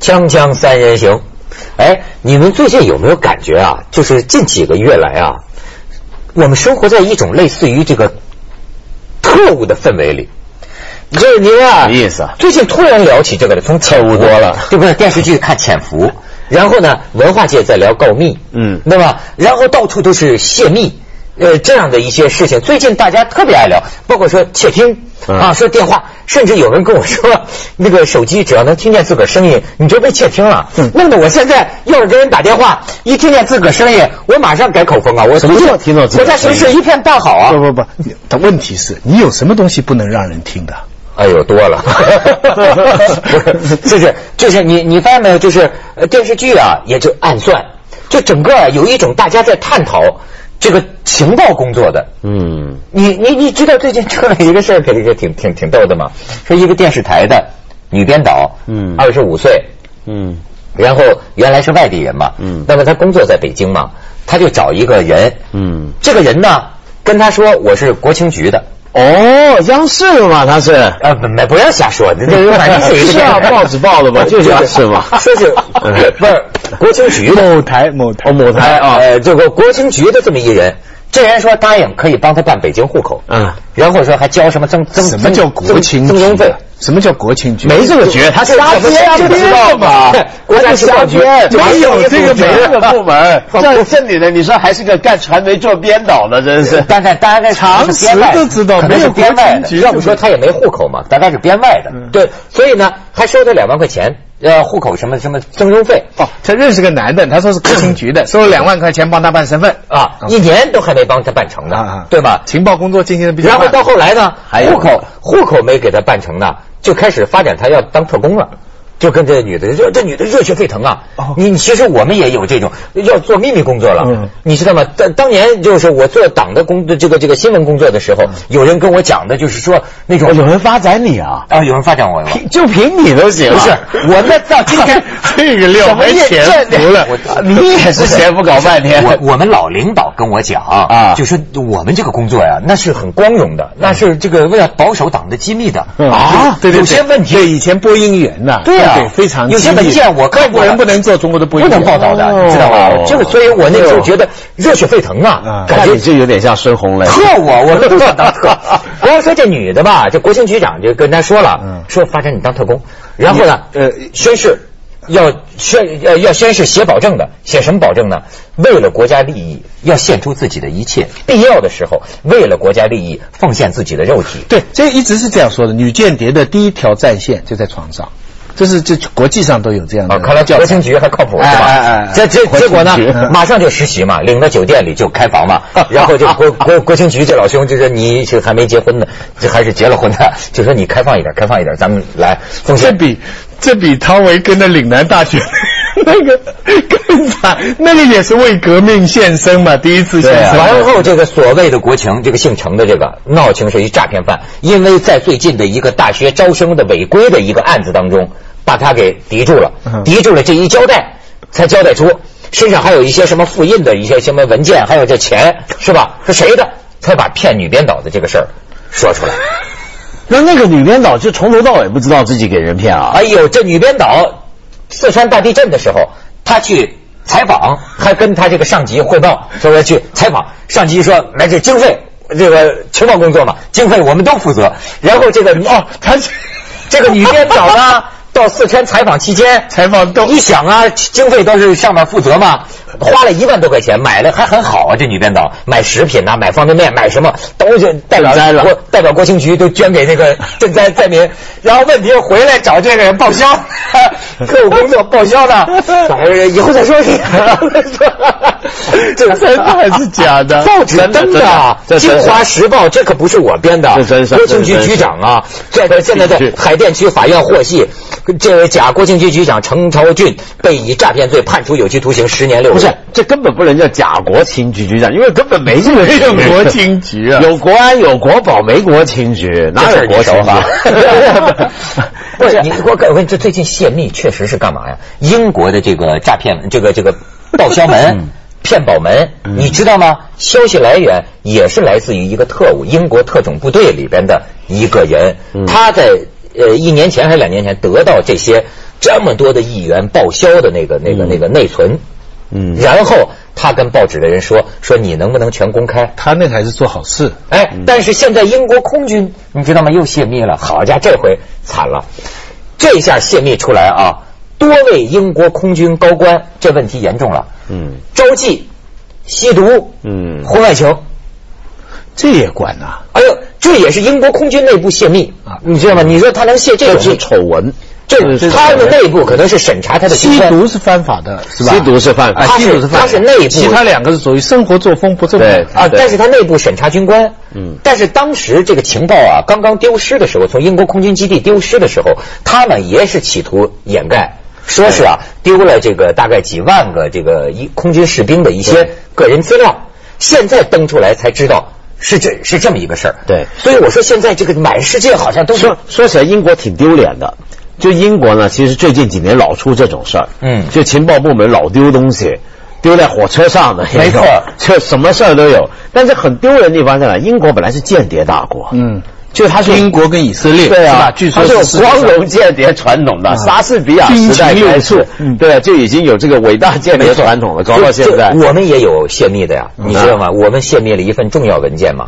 锵锵三人行，哎，你们最近有没有感觉啊？就是近几个月来啊，我们生活在一种类似于这个特务的氛围里。就是您啊，什么意思 啊最近突然聊起这个了，从特务多了对不对？电视剧看《潜伏》，然后呢，文化界在聊告密，嗯对吧？然后到处都是泄密，呃，这样的一些事情，最近大家特别爱聊，包括说窃听嗯啊，说电话，甚至有人跟我说， 那个手机只要能听见自个儿声音，你就被窃听了。嗯弄得我现在要是跟人打电话，一听见自个儿声音，我马上改口风啊！我什么叫听到自个我儿在声城音市一片大好啊！不不不，你的问题是你有什么东西不能让人听的？哎呦，多 了，不是，就是就是你你发现没有？就是呃电视剧啊，也就暗算，就整个啊有一种大家在探讨这个情报工作的。嗯，你你你知道最近出了一个事儿，给一个挺挺挺逗的吗？说一个电视台的女编导，嗯二十五岁，嗯，然后原来是外地人嘛，嗯那么她工作在北京嘛，她就找一个人，嗯，这个人呢跟她说我是国情局的。哦，央视的嘛，他是，呃，不，没不要瞎说， 这这反正是一个是啊电视 报纸报的吧就是啊央 视嘛说 是嗯不是国情局的某台某台某台哦啊呃，这个国情局的这么一人，这人说答应可以帮他办北京户口，嗯，然后说还交什么增增什么叫国情增增局增费啊？什么叫国情局？没这个局，他是瞎编瞎瞎编编嘛对，国家他情是报瞎局 编，就没有这个没没有，这个 部门这这里的你说还是个干传媒做编导的，真是。大概大概是常识都知道可能是没有编国外情的，局嗯要不说他也没户口嘛，大概是编外的。对，所以呢，还收他两万块钱，呃，户口什么什么增收费哦，他认识个男的，他说是国情局嗯的，收了两万块钱帮他办身份啊，一年都还没帮他办成啊呢，对吧？情报工作进行的比较然后慢到后来呢，还有户口户口没给他办成呢，就开始发展他要当特工了。就跟这女的，这这女的热血沸腾啊！哦你你其实我们也有这种要做秘密工作了，嗯你知道吗？当当年就是我做党的工这个这个新闻工作的时候，嗯有人跟我讲的就是说那种人发展你啊？啊，有人发展我了。就凭你都行不不是是，我 我那那到到今今天 天这个什料么没业潜伏了这，你也 是潜伏搞半天。我我们老领导跟我讲啊嗯就说我们这个工作呀，那是很光荣的，那是这个为了保守党的机密的嗯对啊对对，有些问题对以前播音员呐，对啊非常有些激烈文件我看过外国人不能做中国的播音不员，能报道的，你知道吧哦？这个，所以我那时候觉得热血沸腾啊啊，感感觉觉就有点像孙 红雷。特我，我们都想当特。不要说这女的吧，这国情局长就跟她说了嗯，说发展你当特工，然后呢，你呃宣誓。要宣呃要宣誓写保证的，写什么保证呢？为了国家利益，要献出自己的一切，必要的时候为了国家利益奉献自己的肉体。对，这一直是这样说的。女间谍的第一条战线就在床上，这是这国际上都有这样的。啊，看来国情局还靠谱是哎哎吧哎？这这结果呢国情局， 马上就实习嘛，领到酒店里就开房 嘛，然后就国国国情局这老兄就说你是还没结婚呢，这还是结了婚的，就说你开放一点，开放一点，咱们来奉这献。比这比汤唯跟的岭南大学那个 更惨，那个也是为革命献身嘛，第一次献身。啊然后这个所谓的国情，这个姓程的这个闹情是一诈骗犯，因为在最近的一个大学招生的违规的一个案子当中，把他给敌住了，嗯敌住了这一交代，才交代出身上还有一些什么复印的一些什么文件，还有这钱是吧？是谁的？才把骗女编导的这个事儿说出来。那那个女编导就从头到尾不知道自己给人骗啊哎？呦，这女编导，四川大地震的时候，她去采访，还跟她这个上级汇报，说要去采访。上级说，来这经费，这个情报工作嘛，经费我们都负责。然后这个哦，她这个女编导呢，到四川采访期间，采访都一想啊，经费都是上面负责嘛，花了一万多块钱买了，还很好啊。这女编导买食品呐、买方便面，买什么都是代表赈灾了国代表国情局都捐给那 个赈灾灾民。然后问题回来找这个人报销， 特务工作报销 呢，反正以后再说你。这真的还是假的报纸真的登真的的啊，《这京真是华时报》这可不是我编的这真，是国情这局真是局长啊，在在现在在必须海淀区法院获悉，这位假国情局局长程朝俊被以诈骗罪判处有期徒刑十年六个不月。是，这根本不能叫假国情局局长，因为根本没这个没有国情局 啊有国安有国保，没国情局，哪这事有儿你国情熟啊吧？啊 局？不是你，我我问这最近泄密确实是干嘛呀？英国的这个诈骗，这个这个报销嗯门。 骗保门，你知道吗？消息来源也是来自于一个特务，英国特种部嗯队里边的一个人，他在呃一年前还是两年前得到这些这么多的议员报销的那个那个那个内存，嗯然后他跟报纸的人说说你能不能全公开？他那才是做好事。哎，但是现在英国空军你知道吗？又泄密了，好家伙，这回惨了，这下泄密出来啊，多位英国空军高官这问题严重了，嗯招妓、吸毒、嗯婚外情。这也管啊呐、哎呦，这也是英国空军内部泄密啊，你知道吗？你说他能泄这这种是密，丑闻，这是他们内部可能是审查他的吸军官毒是犯法的，是吧？吸毒是犯法啊他吸是毒是犯法，他是内部其他两个是属于生活作风 不正对常。啊，对但是他内部审查军官，嗯但是当时这个情报啊刚刚丢失的时候，从英国空军基地丢失的时候，他们也是企图掩盖，说是啊丢了这个大概几万个这个一空军士兵的一些个人资料，现在登出来才知道是这是这么一个事儿，对所以我说现在这个满世界好像都是说说起来，英国挺丢脸的。就英国呢，其实最近几年老出这种事儿，嗯就情报部门老丢东西，丢在火车上的，没错就什么事儿都有。但是很丢人的地方在哪？英国本来是间谍大国，嗯，就他是英国跟以色列对是啊吧，据说它是是有光世界上荣间谍传统的，莎士比亚军时代情六开处始，嗯对，就已经有这个伟大间谍传统了，搞到现在嗯就，我们也有泄密的呀，你知道吗？我们泄密了一份重要文件嘛，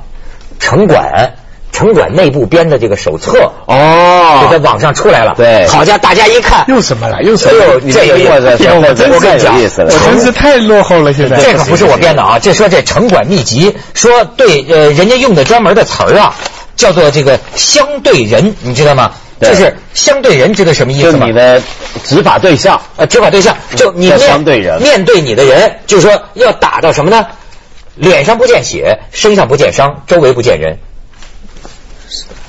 城管城管内部编的这个手册。就在哦，网上出来了。对好家伙，大家一看，又什么了？又什哎么呦了？你这有意思过这我真我是跟讲你讲，有意思了我真是太落后了，现在这个不是我编的啊，这说这城管秘籍，说对呃，人家用的专门的词儿啊，叫做这个相对人，你知道吗？对就是相对人，知道什么意就思吗你？的执法对象，呃，执法对象就你叫面相对人面对你的人，就是说要打到什么呢？脸上不见血，身上不见伤，周围不见人。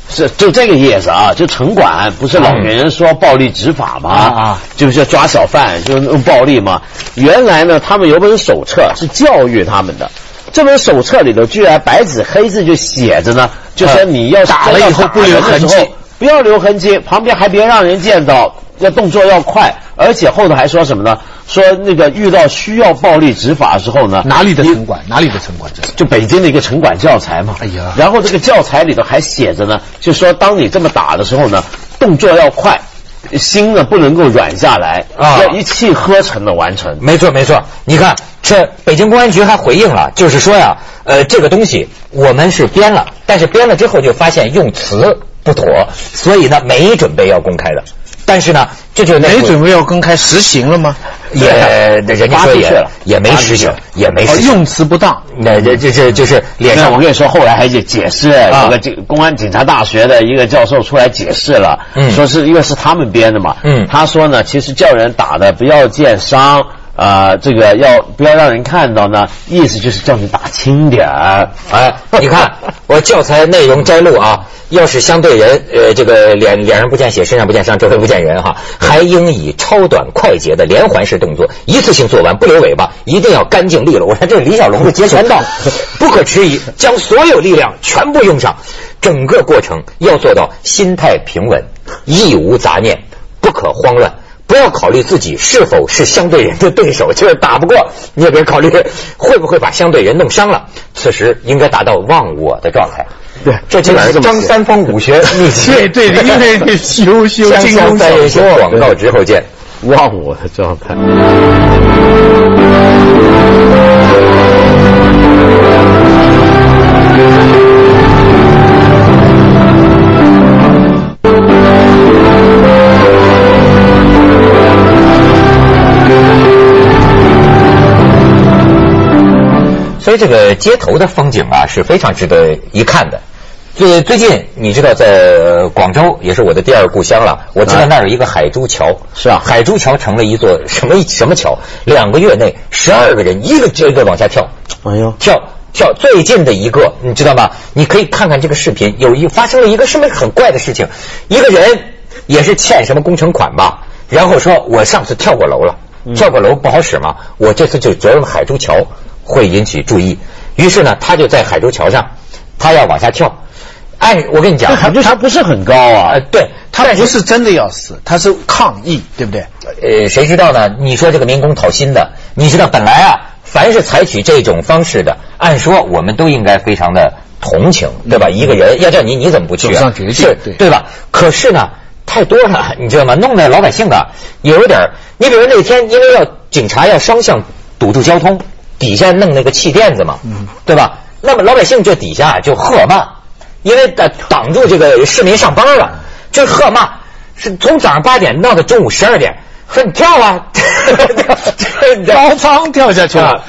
是就这个意思啊，就城管不是老年人说暴力执法吗？啊啊就是抓小贩就是用暴力嘛。原来呢，他们有本手册是教育他们的，这本手册里头居然白纸黑字就写着呢，就说嗯你要是呃打了真要以后打不留人的时痕迹候，不要留痕迹，旁边还别让人见到，要动作要快，而且后头还说什么呢？说那个遇到需要暴力执法的时候呢，哪里的城管？哪里的城管？这是就北京的一个城管教材嘛。哎呀然后这个教材里头还写着呢，就说当你这么打的时候呢，动作要快，心呢不能够软下来，啊要一气呵成的完成。没错没错，你看这北京公安局还回应了，就是说呀，呃，这个东西我们是编了，但是编了之后就发现用词不妥，所以呢没准备要公开的。但是呢，这就没内部准备要公开实行了吗？ 也人家发说出去也了也没实行发出，也没哦实行。用词不 当，那这这这就是脸那上我跟你说，后来还解解释，啊有个这公安警察大学的一个教授出来解释了，嗯说是因为是他们编的嘛，嗯他说呢，其实叫人打的不要见伤，啊、这个要不要让人看到呢？意思就是叫你打轻点儿，哎，你看我教材内容摘录啊，要是相对人，呃，这个脸脸上不见血，身上不见伤，周围不见人哈，还应以超短快捷的连环式动作，一次性做完，不留尾巴，一定要干净利落。我说这是李小龙的截拳道，不可迟疑，将所有力量全部用上，整个过程要做到心态平稳，亦无杂念，不可慌乱。不要考虑自己是否是相对人的对手，就是打不过，你也别考虑会不会把相对人弄伤了。此时应该达到忘我的状态。对这就是这么张写三丰武学秘 籍。对对，因为你修修锵金锵 庸三人小行，说，广告之后见。忘我的状态。所以这个街头的风景啊是非常值得一看的。最最近你知道，在呃广州也是我的第二故乡了。我知道啊那儿有一个海珠桥，是啊海珠桥成了一座什么什么桥？两个月内十二个人一个接一个往下跳，哎呦，跳跳最近的一个，你知道吗？你可以看看这个视频，有一发生了一个什么很怪的事情，一个人也是欠什么工程款吧，然后说我上次跳过楼了，跳过楼不好使嘛，我这次就琢磨海珠桥会引起注意，于是呢，他就在海珠桥上，他要往下跳，按我跟你讲，海珠桥不是很高啊呃，，对，他但不是真的要死，他是抗议，对不对？呃，谁知道呢？你说这个民工讨薪的，你知道本来啊，凡是采取这种方式的，按说我们都应该非常的同情，对吧？一个人要叫你，你怎么不去、啊？走上绝境是对对吧？可是呢，太多了， 你知道吗？弄得老百姓啊也有点儿。你比如那天，因为要警察要双向堵住交通，底下弄那个气垫子嘛，对吧？那么老百姓就底下就喝骂，因为呃挡住这个市民上班了，就喝骂，是从早上八点闹到中午十二点，说你跳啊， 高仓跳下去了，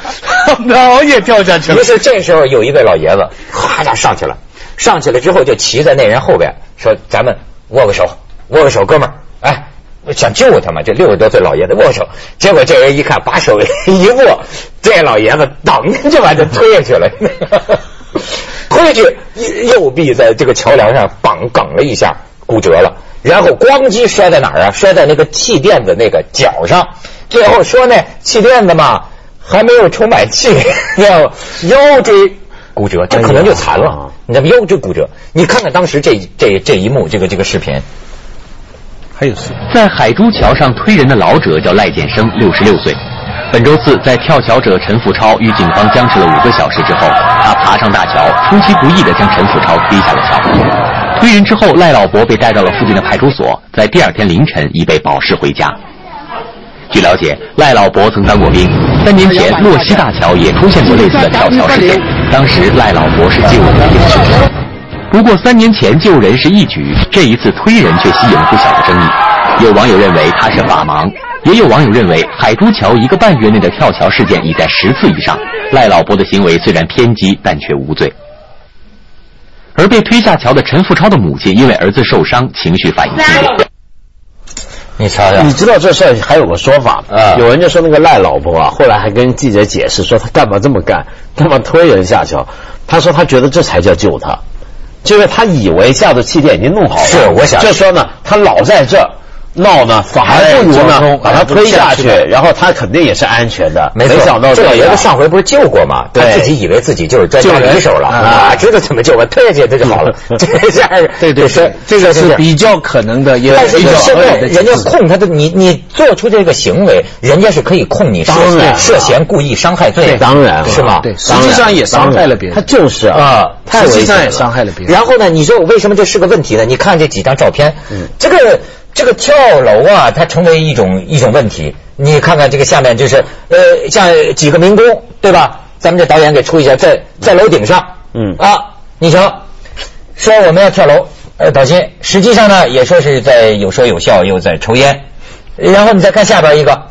然后也跳下去了于。是这时候有一位老爷子，哗一下上去了，上去了之后就骑在那人后边，说：“咱们握个手，握个手，哥们儿，哎，我想救他嘛。”这六十多岁老爷子握个手，结果这人一看，把手 一握，这老爷子噔就把他推下去了，推下去右右臂在这个桥梁上绑梗了一下，骨折了。然后咣叽摔在哪儿啊？摔在那个气垫子那个脚上。最后说那气垫子嘛，还没有充满气， 要腰椎骨折，这可能就残哎呀了。你知道吗？腰椎骨折，你看看当时这这这一幕，这个这个视频，还有事，在海珠桥上推人的老者叫赖建生，六十六岁。本周四，在跳桥者陈福超与警方僵持了五个小时之后，他爬上大桥，出其不意地将陈福超推下了桥。推人之后，赖老伯被带到了附近的派出所，在第二天凌晨已被保释回家。据了解，赖老伯曾当过兵，三年前洛西大桥也出现过类似的跳桥事件，当时赖老伯是救人的英雄。不过三年前救人是一举，这一次推人却吸引了不小的争议。有网友认为他是法盲，也有网友认为海珠桥一个半月内的跳桥事件已在十次以上。赖老伯的行为虽然偏激，但却无罪。而被推下桥的陈富超的母亲因为儿子受伤，情绪反应激烈。你瞧瞧你，知道这事儿还有个说法吗？啊有人就说那个赖老伯啊，后来还跟记者解释说他干嘛这么干，干嘛推人下桥。他说他觉得这才叫救他，就是他以为下头气垫已经弄好了。是我想这时候呢，他老在这儿闹呢，反而不如哎交呢通把他推下去下去，然后他肯定也是安全的。没没错想到这老样爷子上回不是救过吗？他对自己以为自己就是专救家人一手了啊啊，知道怎么救，我推下去他就好了。这下对对是对，这个是比较可能的，也但是比你较现合在理的解人家释。控他的，你你做出这个行为，人家是可以控你涉当然涉嫌故意伤害罪，当然是吧？对，实际上也伤害了别他人，就是啊太实危险际上也了。伤害了别人。然后呢，你说我为什么这是个问题呢？你看这几张照片，嗯这个这个跳楼啊，它成为一种一种问题。你看看这个下面就是呃，像几个民工对吧？咱们这导演给出一下，在在楼顶上，嗯啊，你瞧，说我们要跳楼，呃，导心，实际上呢也说是在有说有笑，又在抽烟。然后你再看下边一个，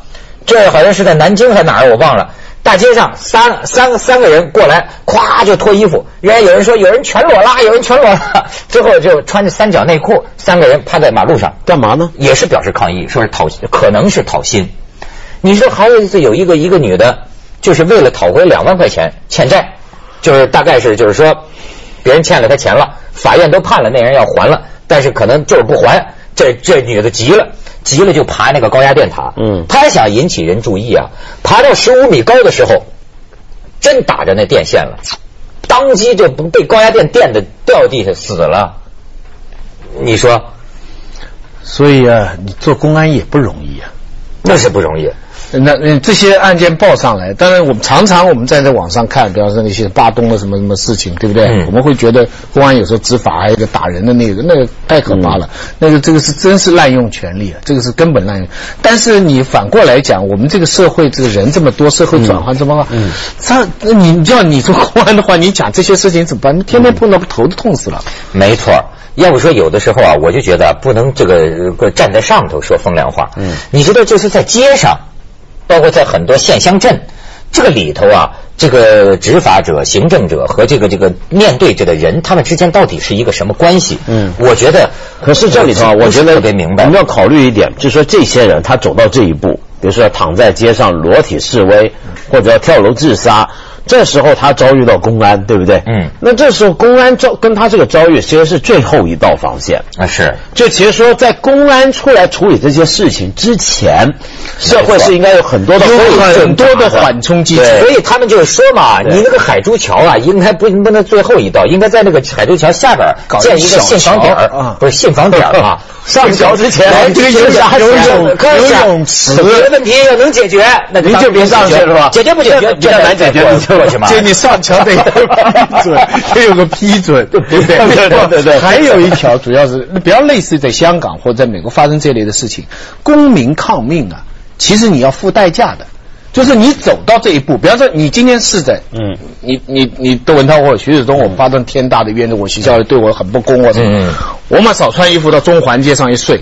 这好像是在南京还哪儿，我忘了。大街上三三三个人过来，咵就脱衣服。人家有人说有人全裸啦，有人全裸啦，最后就穿着三角内裤，三个人趴在马路上，干嘛呢？也是表示抗议，说是讨可能是讨薪。你说还有一次有一个一个女的，就是为了讨回两万块钱欠债，就是大概是就是说别人欠了她钱了，法院都判了那人要还了，但是可能就是不还。这这女的急了，急了就爬那个高压电塔，嗯她想引起人注意啊，爬到十五米高的时候，真打着那电线了，当即就被高压电电的掉地下死了。你说所以啊，你做公安也不容易啊。那是不容易。那嗯，这些案件报上来，当然我们常常我们站在网上看，比方说那些巴东的什么什么事情，对不对？嗯我们会觉得公安有时候执法还有一个打人的那个，那个太可怕了，那个这个是真是滥用权力啊，这个是根本滥用。但是你反过来讲，我们这个社会这个人这么多，社会转换这么大，嗯，他你叫你做公安的话，你讲这些事情怎么办？你天天碰到头都痛死了。没错儿，要不说有的时候啊，我就觉得不能这个呃站在上头说风凉话。嗯，你知道，就是在街上，包括在很多县乡镇，这个里头啊，这个执法者、行政者和这个这个面对着的人，他们之间到底是一个什么关系？嗯我觉得，可是这里头啊，不我是觉得特别明白我们。要考虑一点，就说这些人他走到这一步，比如说躺在街上裸体示威，或者要跳楼自杀，这时候他遭遇到公安，对不对？嗯那这时候公安遭跟他这个遭遇，其实是最后一道防线。啊，是就其实说，在公安出来处理这些事情之前，社会是应该有很多的有很多的缓冲机制对所以他们就是说嘛，对你那个海珠桥啊，应该不不能最后一道，应该在那个海珠桥下边搞一建一个小信访桥点儿啊不是信访点儿 啊，上桥之前来这这个个有游泳啥游泳游泳池别的问题要能解决，那您就别上去解决是吧解决不解决 比较难解决再说你就过去吗？就你上桥得有个批准，得有个批 准，对不对？对对对对还有一条，主要是比较类似在香港或者在美国发生这类的事情，公民抗命啊，其实你要付代价的。就是你走到这一步，比方说你今天是在，嗯，你你你窦文涛或者徐子东，我发动天大的冤枉，我学校对我很不公，我怎么，嗯嗯我们少穿衣服到中环街上一睡，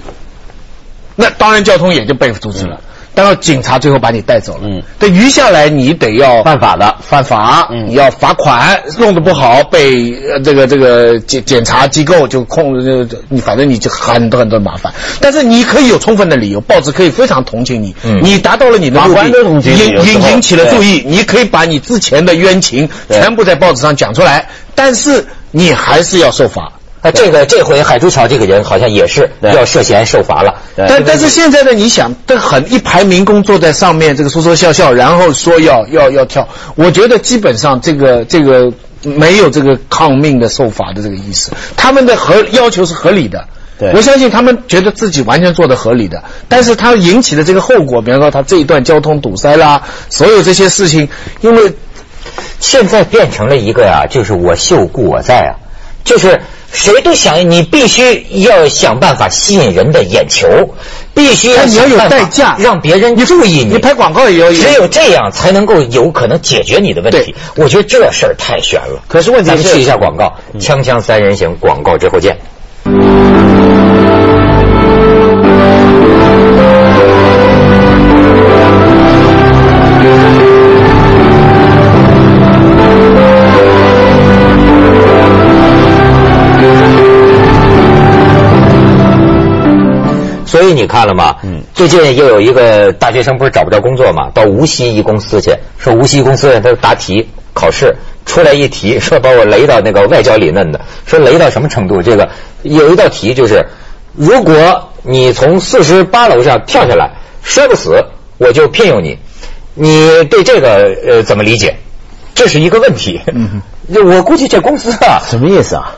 那当然交通也就被阻止了。但是警察最后把你带走了，嗯但余下来你得要犯法的犯法，嗯你要罚款，弄得不好被呃这个这个检检查机构就控制，就你反正你就很多很多麻烦。但是你可以有充分的理由，报纸可以非常同情你，嗯你达到了你的法目官都同的，情你引有时引候引起了对注意，你可以把你之前的冤情对全部在报纸上讲出来，但是你还是要受罚。那这个这回海珠桥这个人好像也是对要涉嫌受罚了。对但但是现在呢，你想，这很一排民工坐在上面，这个说说笑笑，然后说要要要跳，我觉得基本上这个这个没有这个抗命的受罚的这个意思，他们的合要求是合理的。对我相信他们觉得自己完全做的合理的，但是他引起的这个后果，比方说他这一段交通堵塞啦，所有这些事情，因为现在变成了一个呀、就是我秀故我在啊，就是谁都想你必须要想办法吸引人的眼球，必须要哎但你要有想办法代价让别人注意你拍广告也要只有这样才能够有可能解决你的问题。我觉得这事儿太悬了。可是问题咱们是去一下广告，嗯锵锵三人行广告之后见。所以你看了吗？嗯最近又有一个大学生不是找不着工作嘛，到无锡一公司去，说无锡一公司他就答题考试出来一题， 说把我雷到那个外焦里嫩的，说雷到什么程度？这个有一道题就是，如果你从四十八楼上跳下来摔不死，我就聘用你。你对这个呃怎么理解？这是一个问题。嗯 我估计这公司啊，什么意思啊？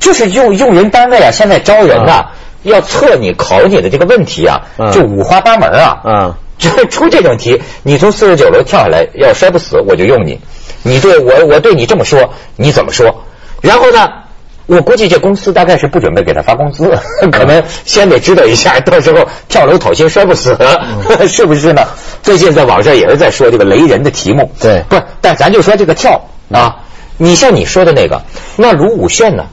就是用用人单位啊，现在招人呐、啊要测你考你的这个问题啊，嗯就五花八门啊。嗯，就出这种题，你从四十九楼跳下来要摔不死，我就用你。你对我，我对你这么说，你怎么说？然后呢？我估计这公司大概是不准备给他发工资， 可能先得知道一下，到时候跳楼讨薪摔不死， 是不是呢？最近在网上也是在说这个雷人的题目，对不是，但咱就说这个跳啊，你像你说的那个，那卢武铉呢？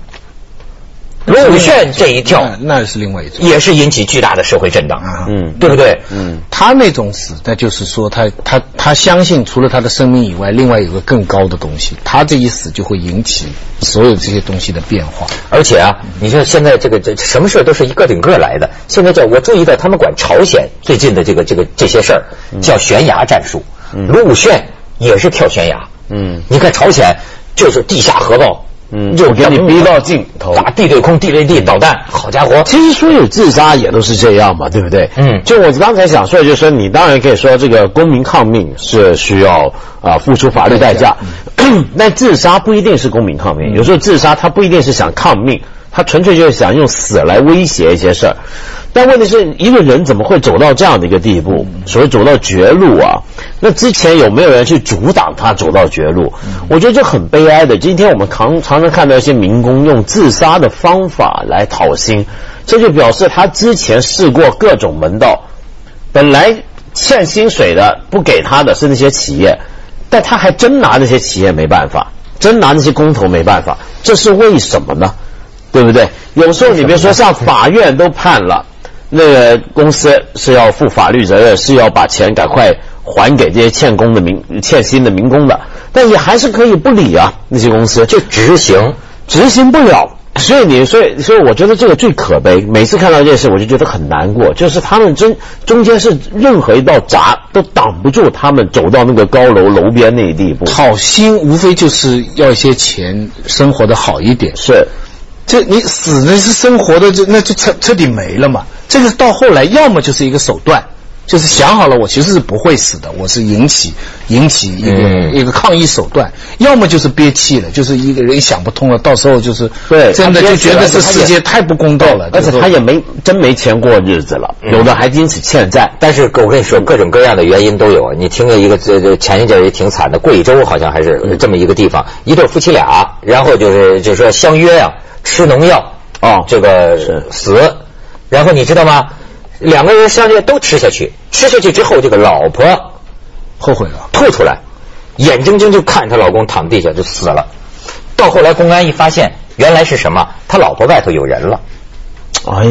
卢武铉这一跳那那是另外一种也是引起巨大的社会震荡，啊，嗯对不对？嗯，他那种死，那就是说他他他相信除了他的生命以外，另外有个更高的东西。他这一死就会引起所有这些东西的变化。而且啊，你说现在这个这什么事儿都是一个顶个来的。现在叫我注意到他们管朝鲜最近的这个这个这些事儿嗯叫悬崖战术，卢武铉也是跳悬崖。嗯你看朝鲜就是地下核爆，嗯就给你逼到尽头打地对空、地对地导弹，好家伙！其实说有自杀也都是这样嘛，对不对？嗯就我刚才想说，的就是说你当然可以说这个公民抗命是需要啊、付出法律代价， 嗯但自杀不一定是公民抗命，有时候自杀他不一定是想抗命，他纯粹就是想用死来威胁一些事儿。但问题是一个人怎么会走到这样的一个地步？所谓走到绝路啊，那之前有没有人去阻挡他走到绝路？我觉得这很悲哀的。今天我们常常常看到一些民工用自杀的方法来讨薪，这就表示他之前试过各种门道，本来欠薪水的不给他的是那些企业，但他还真拿那些企业没办法，真拿那些工头没办法，这是为什么呢？对不对？有时候你别说上法院都判了，那个公司是要负法律责任，是要把钱赶快还给这些欠工的民欠薪的民工的，但也还是可以不理啊，那些公司就执行执行不了。所以你，所以，所以我觉得这个最可悲。每次看到这件事，我就觉得很难过。就是他们真中间是任何一道闸都挡不住他们走到那个高楼楼边那一地步。讨薪无非就是要一些钱，生活的好一点。是，这你死呢是生活的，这那就彻彻底没了嘛。这个到后来，要么就是一个手段，就是想好了，我其实是不会死的，我是引起引起一个、嗯一个抗议手段，要么就是憋气了，就是一个人想不通了，到时候就是对真的他就憋觉气得了这他也世界太不公道了，而且就是他也没真没钱过日子了，有的还因此欠债。但是我跟你说，各种各样的原因都有。啊你听了一个，这这前一阵儿也挺惨的，贵州好像还嗯是这么一个地方，一对夫妻俩，然后就是就说相约呀、吃农药，哦这个是死，然后你知道吗？两个人相约都吃下去，吃下去之后，这个老婆后悔了。吐出来，眼睁睁就看她老公躺地下就死了。到后来公安一发现，原来是什么？他老婆外头有人了。哎，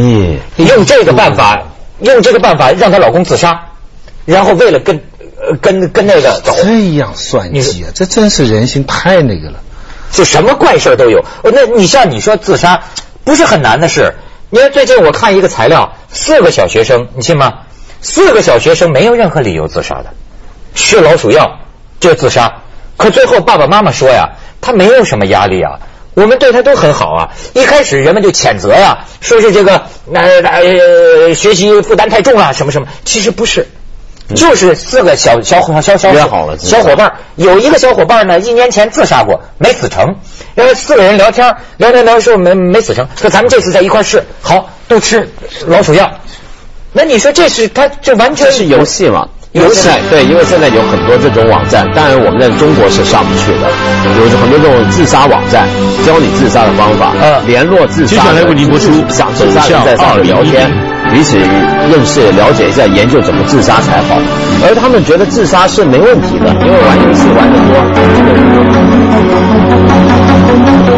用这个办法，用这个办法让她老公自杀，然后为了跟呃跟跟那个走，这样算计啊，这真是人心太那个了。就什么怪事儿都有。呃那你像你说自杀，不是很难的事。你看最近我看一个材料，四个小学生，你信吗？四个小学生没有任何理由自杀的，吃老鼠药就自杀。可最后爸爸妈妈说呀，他没有什么压力啊，我们对他都很好啊。一开始人们就谴责呀，说是这个呃呃学习负担太重啊了，什么什么。其实不是，就是四个小小伙小小嗯约好了自杀小伙伴儿有一个小伙伴呢，一年前自杀过，没死成。然后四个人聊天儿，聊天聊说没没死成，说咱们这次在一块儿试，好，都吃老鼠药。那你说这是他这完全这是游戏嘛？游戏现在嗯对，因为现在有很多这种网站，当然我们在中国是上不去的，有很多这种自杀网站，教你自杀的方法，嗯联络自杀接下的人。来为您播出想自杀的人在上面聊天向2011，彼此认识、了解一下，研究怎么自杀才好。而他们觉得自杀是没问题的，因为玩游戏玩得多，这个人就